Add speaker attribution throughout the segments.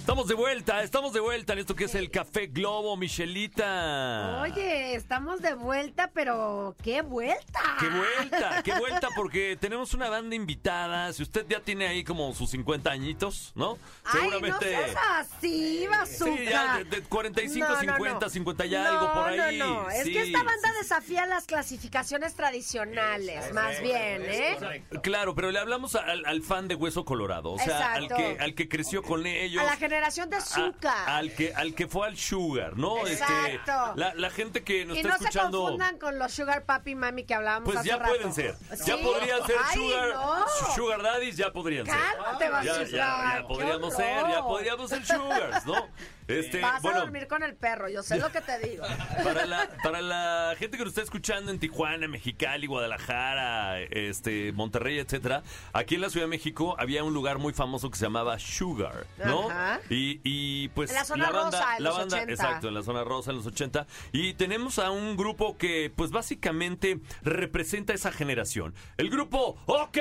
Speaker 1: Estamos de vuelta, estamos de vuelta en esto que es el Café Globo, Michelita.
Speaker 2: Oye, estamos de vuelta, pero qué vuelta.
Speaker 1: ¡Qué vuelta! ¡Qué vuelta! Porque tenemos una banda invitada. Si usted ya tiene ahí como sus 50 añitos, ¿no?
Speaker 2: Ay, no seas así, bazooka.
Speaker 1: Sí, ya de, de 45,
Speaker 2: No, no,
Speaker 1: 50,
Speaker 2: no.
Speaker 1: 50 y
Speaker 2: No,
Speaker 1: algo por ahí.
Speaker 2: No, no, es
Speaker 1: Sí,
Speaker 2: que esta banda
Speaker 1: sí, sí.
Speaker 2: desafía las clasificaciones tradicionales, más bien, ¿eh?
Speaker 1: Claro, pero le hablamos al, al fan de Hueso Colorado, o sea, al
Speaker 2: Exacto.
Speaker 1: que, al que creció con ellos.
Speaker 2: A la generación de
Speaker 1: a-
Speaker 2: Zuka.
Speaker 1: al que al que fue al Sugar, ¿no? Este,
Speaker 2: Exacto.
Speaker 1: la, la gente que nos
Speaker 2: Y
Speaker 1: está
Speaker 2: no
Speaker 1: escuchando.
Speaker 2: se confundan con los Sugar Papi y Mami que hablábamos
Speaker 1: Pues
Speaker 2: hace
Speaker 1: ya
Speaker 2: rato.
Speaker 1: pueden ser. Ya
Speaker 2: Sí.
Speaker 1: podrían ser
Speaker 2: Ay,
Speaker 1: Sugar,
Speaker 2: no.
Speaker 1: Sugar Daddies, ya podrían
Speaker 2: Cálmate,
Speaker 1: ser. Ya,
Speaker 2: Bazooka.
Speaker 1: ya, ya
Speaker 2: Qué
Speaker 1: podríamos
Speaker 2: horror.
Speaker 1: ser, ya podríamos ser Sugars, ¿no? Este,
Speaker 2: Vas
Speaker 1: bueno,
Speaker 2: a dormir con el perro, yo sé lo que te digo.
Speaker 1: para la, para la gente que nos está escuchando en Tijuana, Mexicali, Guadalajara, este, Monterrey, etcétera, aquí en la Ciudad de México había un lugar muy famoso que se llamaba Sugar, ¿no?
Speaker 2: Ajá.
Speaker 1: Y, y, pues
Speaker 2: En la zona
Speaker 1: banda,
Speaker 2: rosa, en
Speaker 1: la
Speaker 2: los
Speaker 1: banda,
Speaker 2: 80.
Speaker 1: exacto, en la zona rosa en los 80 y tenemos a un grupo que pues básicamente representa esa generación. El grupo OK.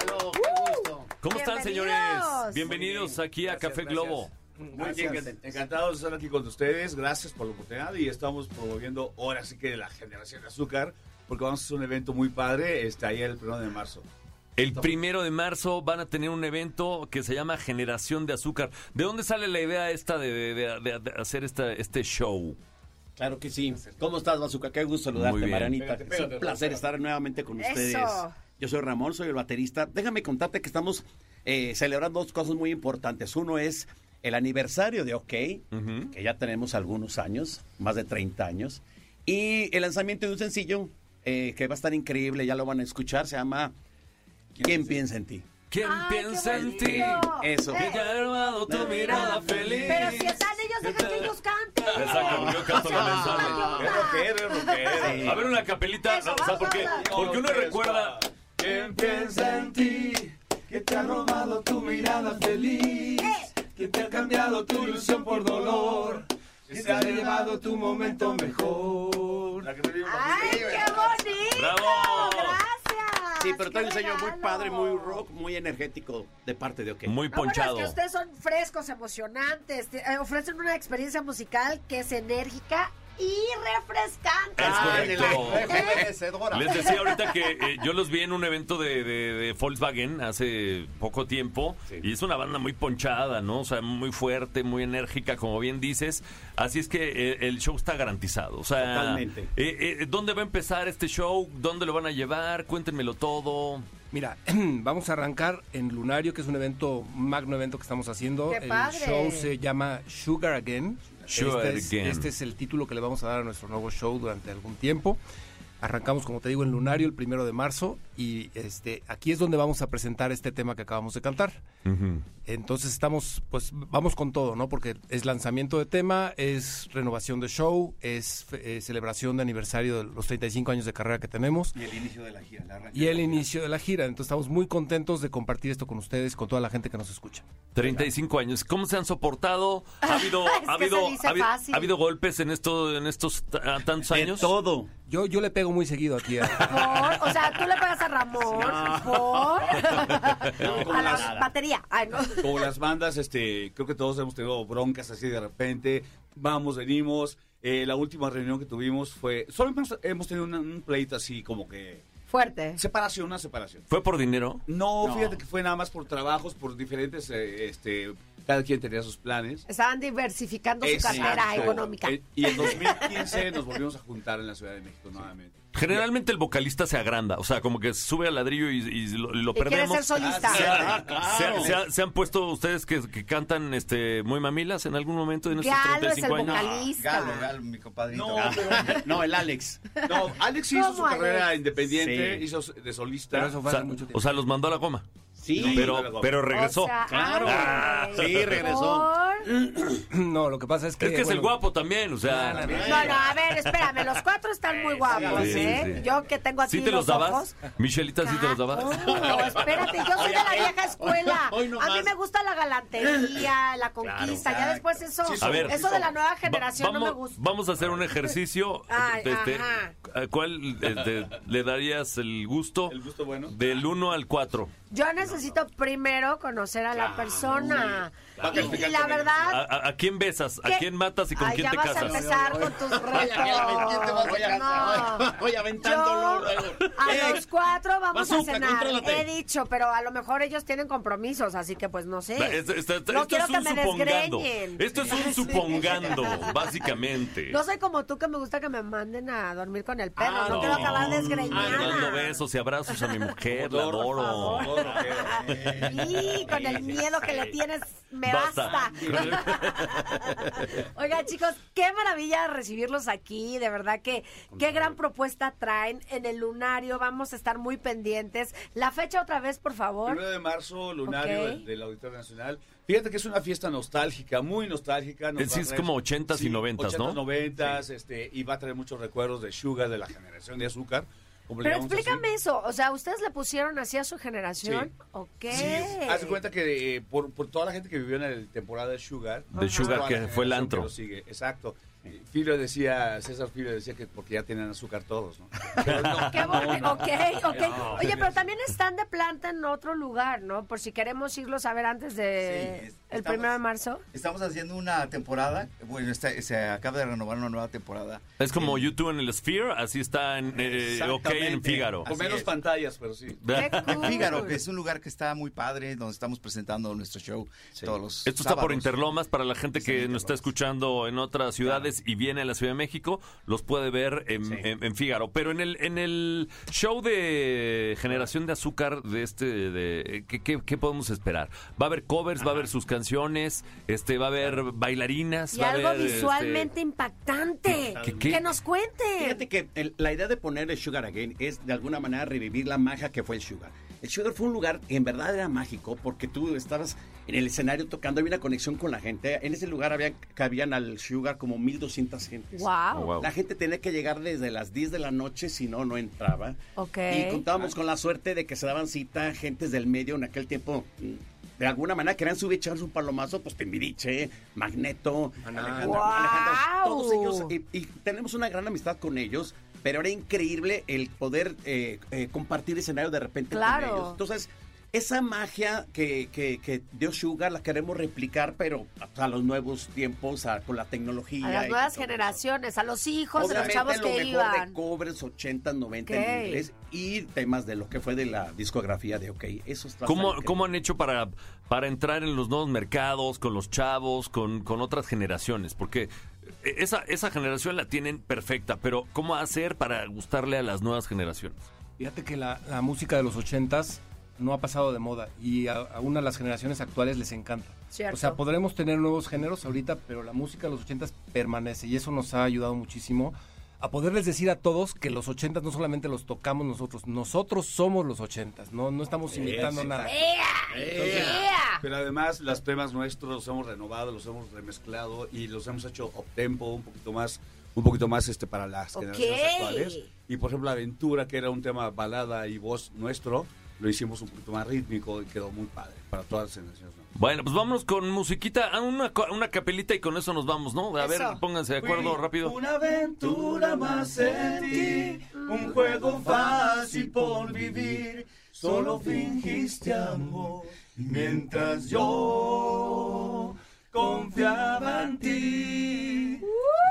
Speaker 3: Aló, qué gusto.
Speaker 1: ¿Cómo están,
Speaker 2: Bienvenidos.
Speaker 1: señores? Bienvenidos
Speaker 3: Muy bien,
Speaker 1: aquí a
Speaker 3: gracias,
Speaker 1: Café
Speaker 3: gracias.
Speaker 1: Globo.
Speaker 4: Muy bien, encan- encantados de estar aquí con ustedes. Gracias por la oportunidad y estamos promoviendo ahora sí que la generación de azúcar porque vamos a hacer un evento muy padre este, ahí el 1 de marzo.
Speaker 1: El primero de marzo van a tener un evento que se llama Generación de Azúcar. ¿De dónde sale la idea esta de, de- de- de- de hacer esta, este show?
Speaker 3: Claro que sí. ¿Cómo estás, Bazooka? Qué gusto saludarte,
Speaker 1: Muy bien.
Speaker 3: Marianita.
Speaker 4: Pégate,
Speaker 3: es
Speaker 4: pégate,
Speaker 3: un
Speaker 4: pégate.
Speaker 3: placer estar nuevamente con
Speaker 2: Eso.
Speaker 3: ustedes. Yo soy Ramón, soy el baterista. Déjame contarte que estamos eh, celebrando dos cosas muy importantes. Uno es el aniversario de OK,
Speaker 1: Ujú.
Speaker 3: que ya tenemos algunos años, más de 30 años, y el lanzamiento de un sencillo eh, que va a estar increíble, ya lo van a escuchar, se llama ¿Quién piensa en ti?
Speaker 1: ¿Quién
Speaker 2: Ay, Ah, qué
Speaker 1: piensa en ti?
Speaker 2: bonito. Eh,
Speaker 3: Eso.
Speaker 1: Que ya ha armado tu mirada feliz.
Speaker 2: Pero si están ellos, deja que ellos canten.
Speaker 1: Exacto,
Speaker 4: Ah.
Speaker 1: yo canto la mensaje.
Speaker 4: Es rockero, es rockero.
Speaker 1: Ah. A ver una capelita,
Speaker 2: Eso,
Speaker 1: o sea,
Speaker 2: vamos,
Speaker 1: porque,
Speaker 2: vamos.
Speaker 1: porque uno recuerda...
Speaker 4: ¿Quién piensa en ti? Que te ha robado tu mirada feliz. Que te ha cambiado tu ilusión por dolor. Que te ha llevado tu momento mejor.
Speaker 2: ¡Ay, qué bonito!
Speaker 1: ¡Bravo!
Speaker 2: ¡Gracias!
Speaker 3: Sí, pero
Speaker 2: ¡Qué
Speaker 3: trae un diseño muy
Speaker 2: regalo!
Speaker 3: padre, muy rock, muy energético de parte de OK.
Speaker 1: Muy
Speaker 2: No, bueno,
Speaker 1: ponchado.
Speaker 2: es que ustedes son frescos, emocionantes, te- eh, ofrecen una experiencia musical que es enérgica y refrescante. Ah,
Speaker 1: Es correcto.
Speaker 3: correcto.
Speaker 1: Les decía ahorita que eh, yo los vi en un evento de, de- de Volkswagen hace poco tiempo y es una banda muy ponchada, ¿no? O sea, muy fuerte, muy enérgica, como bien dices. Así es que eh, el show está garantizado. O sea,
Speaker 3: Totalmente.
Speaker 1: eh, eh, ¿dónde va a empezar este show? ¿Dónde lo van a llevar? Cuéntenmelo todo.
Speaker 5: Mira, vamos a arrancar en Lunario, que es un evento, un magno evento que estamos haciendo.
Speaker 2: ¡Qué
Speaker 5: el
Speaker 2: padre!
Speaker 5: show se llama Sugar Again.
Speaker 1: Sugar
Speaker 5: este es,
Speaker 1: Again.
Speaker 5: Este es el título que le vamos a dar a nuestro nuevo show durante algún tiempo. Arrancamos, como te digo, en Lunario el primero de marzo y este aquí es donde vamos a presentar este tema que acabamos de cantar. Entonces estamos, pues vamos con todo, ¿no? Porque es lanzamiento de tema, es renovación de show, es eh, celebración de aniversario de los 35 años de carrera que tenemos.
Speaker 3: Y el inicio de la gira.
Speaker 5: Y el inicio de la gira. Entonces estamos muy contentos de compartir esto con ustedes, con toda la gente que nos escucha.
Speaker 1: 35 años. ¿Cómo se han soportado? ¿Ha habido,
Speaker 2: Es que
Speaker 1: ha habido,
Speaker 2: se dice
Speaker 1: ha habido,
Speaker 2: fácil.
Speaker 1: ha habido golpes en, esto, en estos t- ah, tantos años?
Speaker 3: todo.
Speaker 5: Yo, yo le pego muy seguido aquí. a-
Speaker 2: Por- o sea, tú le pagas a Ramón, por
Speaker 4: como
Speaker 2: a la
Speaker 4: nada.
Speaker 2: batería. Ay, no.
Speaker 4: Como las bandas, este, creo que todos hemos tenido broncas así de repente. Vamos, venimos. Eh, la última reunión que tuvimos fue. Solo hemos, hemos tenido una- un pleito así como que.
Speaker 2: Fuerte.
Speaker 4: Separación, una separación.
Speaker 1: ¿Fue por dinero?
Speaker 4: No,
Speaker 3: No.
Speaker 4: fíjate que fue nada más por trabajos, por diferentes. eh, este, cada quien tenía sus planes.
Speaker 2: Estaban diversificando su
Speaker 4: Exacto.
Speaker 2: carrera económica.
Speaker 4: Eh, y en 2015 nos volvimos a juntar en la Ciudad de México nuevamente.
Speaker 1: Generalmente el vocalista se agranda, o sea, como que sube al ladrillo y, y lo, lo
Speaker 2: Y quiere
Speaker 1: perdemos.
Speaker 2: ser solista.
Speaker 1: Se, ha-
Speaker 3: Ah, claro.
Speaker 1: se ha- se ha- se han puesto ustedes que, que cantan este muy mamilas en algún momento en estos
Speaker 2: Galo es el
Speaker 1: 35 años.
Speaker 2: vocalista.
Speaker 3: Ah,
Speaker 6: Galo, Galo, mi compadrito.
Speaker 4: No,
Speaker 6: Galo.
Speaker 4: pero-
Speaker 3: No, el Alex.
Speaker 4: no, Alex hizo su
Speaker 2: ¿Cómo, Alex?
Speaker 4: carrera independiente,
Speaker 3: Sí.
Speaker 4: hizo de solista.
Speaker 5: Pero eso fue
Speaker 1: O sea,
Speaker 5: hace mucho tiempo.
Speaker 1: o sea, los mandó a la goma.
Speaker 3: Sí,
Speaker 1: Pero, pero regresó.
Speaker 2: O sea,
Speaker 3: Claro.
Speaker 2: ay, güey,
Speaker 3: Ah, Sí, regresó.
Speaker 2: por-
Speaker 5: No, lo que pasa es que.
Speaker 1: es que es el
Speaker 5: bueno,
Speaker 1: guapo también, o sea.
Speaker 2: No, no, a ver, espérame, los cuatro están muy guapos,
Speaker 1: sí,
Speaker 2: ¿eh?
Speaker 1: sí.
Speaker 2: Yo que tengo aquí
Speaker 1: ¿Sí te los
Speaker 2: ojos. Ah,
Speaker 1: dabas? Michelita, ¿sí te los dabas?
Speaker 2: No, espérate, yo soy de la vieja escuela.
Speaker 3: Hoy no
Speaker 2: a mí
Speaker 3: más.
Speaker 2: me gusta la galantería, la conquista, ya después eso,
Speaker 3: Sí,
Speaker 1: A ver.
Speaker 2: eso de la nueva
Speaker 1: Va-
Speaker 2: generación
Speaker 1: vamos,
Speaker 2: no me gusta.
Speaker 1: vamos a hacer un ejercicio.
Speaker 2: Ay,
Speaker 1: este,
Speaker 2: ajá.
Speaker 1: ¿a ¿Cuál este, le darías el gusto?
Speaker 3: El gusto bueno.
Speaker 1: Del 1 al 4.
Speaker 2: Yo necesito primero conocer a la persona.
Speaker 3: Va a
Speaker 2: Y,
Speaker 3: calificar
Speaker 2: y la
Speaker 3: con el- Ah,
Speaker 2: verdad,
Speaker 1: ¿A, a- a quién besas? ¿A
Speaker 2: ¿Qué?
Speaker 1: quién matas y con
Speaker 2: Ay,
Speaker 1: quién
Speaker 2: ya
Speaker 1: te
Speaker 2: vas a
Speaker 1: casas?
Speaker 2: empezar con tus
Speaker 3: Oye, aquí a la vez, te vas a
Speaker 2: retos.
Speaker 3: gastar.
Speaker 2: No.
Speaker 3: Voy aventándolo, luego.
Speaker 2: Yo, a
Speaker 3: Eh,
Speaker 2: los cuatro vamos a
Speaker 3: bazooka,
Speaker 2: cenar.
Speaker 3: contrólate.
Speaker 2: He dicho, pero a lo mejor ellos tienen compromisos, así que pues no sé.
Speaker 1: Va, Esto, esto- esto-
Speaker 2: no
Speaker 1: esto
Speaker 2: quiero
Speaker 1: es un
Speaker 2: que me
Speaker 1: supongando.
Speaker 2: desgreñen.
Speaker 1: Esto es un supongando, básicamente.
Speaker 2: No soy como tú que me gusta que me manden a dormir con el perro.
Speaker 3: Ah,
Speaker 2: no,
Speaker 3: no.
Speaker 2: quiero acabar
Speaker 1: Ay, dando
Speaker 2: desgreñada.
Speaker 1: besos y abrazos a mi mujer, la
Speaker 3: Por
Speaker 1: adoro.
Speaker 3: favor, eh.
Speaker 2: Y con el miedo que le tienes, me
Speaker 1: Basta.
Speaker 2: basta. Oigan, chicos, qué maravilla recibirlos aquí. De verdad que qué gran propuesta traen en el lunario. Vamos a estar muy pendientes. La fecha otra vez, por favor.
Speaker 6: Primero de marzo, lunario
Speaker 2: Ok.
Speaker 6: del- del Auditorio Nacional. Fíjate que es una fiesta nostálgica, muy nostálgica. nos
Speaker 1: Es-
Speaker 6: va a
Speaker 1: es
Speaker 6: traer-
Speaker 1: como 80s y 90s, ¿no?
Speaker 6: 80s, 90s, este, y va a traer muchos recuerdos de Sugar, de la generación de azúcar. como le
Speaker 2: Pero
Speaker 6: llamamos así.
Speaker 2: explícame eso. O sea, ¿ustedes le pusieron así a su generación?
Speaker 6: Sí.
Speaker 2: Ok.
Speaker 6: Sí, haz de cuenta que eh, por, por toda la gente que vivió en el temporada de Sugar.
Speaker 1: De
Speaker 6: es
Speaker 1: Sugar,
Speaker 6: toda la
Speaker 1: que fue
Speaker 6: generación
Speaker 1: el antro.
Speaker 6: que lo sigue, exacto. Eh, Filo decía, César Filo decía que porque ya tenían azúcar todos, ¿no? Pero no,
Speaker 2: Qué bueno,
Speaker 6: no, no.
Speaker 2: ok, ok. Oye, pero también están de planta en otro lugar, ¿no? Por si queremos irlos a ver antes de
Speaker 7: Sí, es-
Speaker 2: el
Speaker 7: estamos-
Speaker 2: primero de marzo.
Speaker 7: Estamos haciendo una temporada, bueno, está- se acaba de renovar una nueva temporada.
Speaker 1: Es como YouTube en el Sphere, así está en eh, OK en
Speaker 7: Exactamente.
Speaker 1: Fígaro.
Speaker 6: Con
Speaker 7: Así
Speaker 6: menos
Speaker 7: es.
Speaker 6: pantallas, pero sí.
Speaker 2: Qué
Speaker 7: En
Speaker 2: cool.
Speaker 7: Fígaro, que es un lugar que está muy padre, donde estamos presentando nuestro show todos los
Speaker 1: Esto está por
Speaker 7: sábados.
Speaker 1: Interlomas para la gente
Speaker 7: Está en
Speaker 1: que nos está
Speaker 7: Interlomas.
Speaker 1: escuchando en otras ciudades y viene a la Ciudad de México, los puede ver en, en- en Fígaro. Pero en el en el show de generación de azúcar de este de ¿qué, qué- qué podemos esperar? Va a haber covers, va a haber sus canciones, este va a haber bailarinas,
Speaker 2: Y
Speaker 1: va a
Speaker 2: algo
Speaker 1: haber, este,
Speaker 2: visualmente impactante.
Speaker 1: ¿Qué- qué?
Speaker 2: Que nos cuenten.
Speaker 3: Fíjate que el- la idea de poner el Sugar Again es de alguna manera revivir la magia que fue el Sugar. El Sugar fue un lugar que en verdad era mágico porque tú estabas en el escenario tocando, había una conexión con la gente. En ese lugar había, cabían al Sugar como 1200 gentes.
Speaker 2: Wow.
Speaker 1: Oh, wow.
Speaker 3: La gente tenía que llegar desde las 10 de la noche, si no, no entraba.
Speaker 2: Ok.
Speaker 3: Y contábamos con la suerte de que se daban cita gentes del medio en aquel tiempo. mm, De alguna manera querían subir echarse un palomazo, pues Timbiriche, Magneto, Alejandro,
Speaker 2: ¡Guau!
Speaker 3: Alejandro, todos ellos. Y, y tenemos una gran amistad con ellos, pero era increíble el poder eh, eh, compartir escenario de repente
Speaker 2: Claro.
Speaker 3: con ellos. Entonces, esa magia que, que, que dio Sugar la queremos replicar, pero pues, a, a los nuevos tiempos, a- con la tecnología.
Speaker 2: A
Speaker 3: y
Speaker 2: las
Speaker 3: con
Speaker 2: nuevas
Speaker 3: todo eso.
Speaker 2: generaciones, a los hijos, a los
Speaker 3: Obviamente
Speaker 2: chavos
Speaker 3: lo
Speaker 2: que
Speaker 3: mejor
Speaker 2: iban.
Speaker 3: de covers 80, 90
Speaker 2: Ok.
Speaker 3: en inglés y temas de lo que fue de la discografía de OK. Eso está
Speaker 1: ¿Cómo,
Speaker 3: increíble.
Speaker 1: ¿Cómo han hecho para, para entrar en los nuevos mercados, con los chavos, con, con otras generaciones? Porque esa, esa generación la tienen perfecta, pero ¿cómo hacer para gustarle a las nuevas generaciones?
Speaker 5: Fíjate que la, la música de los ochentas no ha pasado de moda y a, a una de las generaciones actuales les encanta.
Speaker 2: Cierto.
Speaker 5: O sea, podremos tener nuevos géneros ahorita, pero la música de los ochentas permanece y eso nos ha ayudado muchísimo a poderles decir a todos que los ochentas no solamente los tocamos nosotros, nosotros somos los ochentas, no, no estamos imitando nada.
Speaker 6: Entonces,
Speaker 2: ¡Ea!
Speaker 6: Pero además, los temas nuestros los hemos renovado, los hemos remezclado y los hemos hecho tempo un poquito más, un poquito más este para las
Speaker 2: Ok.
Speaker 6: generaciones actuales. Y por ejemplo, Aventura, que era un tema balada y voz nuestro, lo hicimos un poquito más rítmico y quedó muy padre para todas las generaciones. ¿no?
Speaker 1: Bueno, pues vámonos con musiquita, ah, una, co- una capelita y con eso nos vamos, ¿no? A ver,
Speaker 2: Eso.
Speaker 1: pónganse de acuerdo rápido.
Speaker 4: Una aventura más en ti, un juego fácil por vivir. Solo fingiste amor mientras yo confiaba en ti.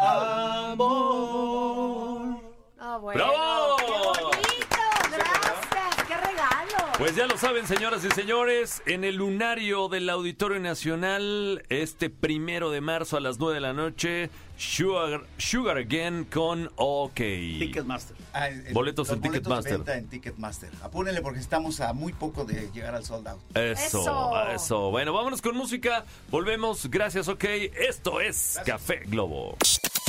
Speaker 4: Amor.
Speaker 2: No, Ah, bueno.
Speaker 1: ¡Bravo!
Speaker 2: ¡Qué bonito! ¡Gracias! ¡Qué regalo!
Speaker 1: Pues ya lo saben, señoras y señores, en el lunario del Auditorio Nacional, este primero de marzo a las 9 de la noche, Sugar, Sugar Again con OK.
Speaker 3: Ticketmaster.
Speaker 7: Ah, el-
Speaker 1: Boletos
Speaker 7: los
Speaker 1: en
Speaker 7: boletos
Speaker 1: Ticketmaster.
Speaker 7: de venta en Ticketmaster. Apúrenle porque estamos a muy poco de llegar al sold out.
Speaker 1: Eso, eso,
Speaker 2: Eso.
Speaker 1: Bueno, vámonos con música. Volvemos. Gracias, ok. Esto es Café Globo.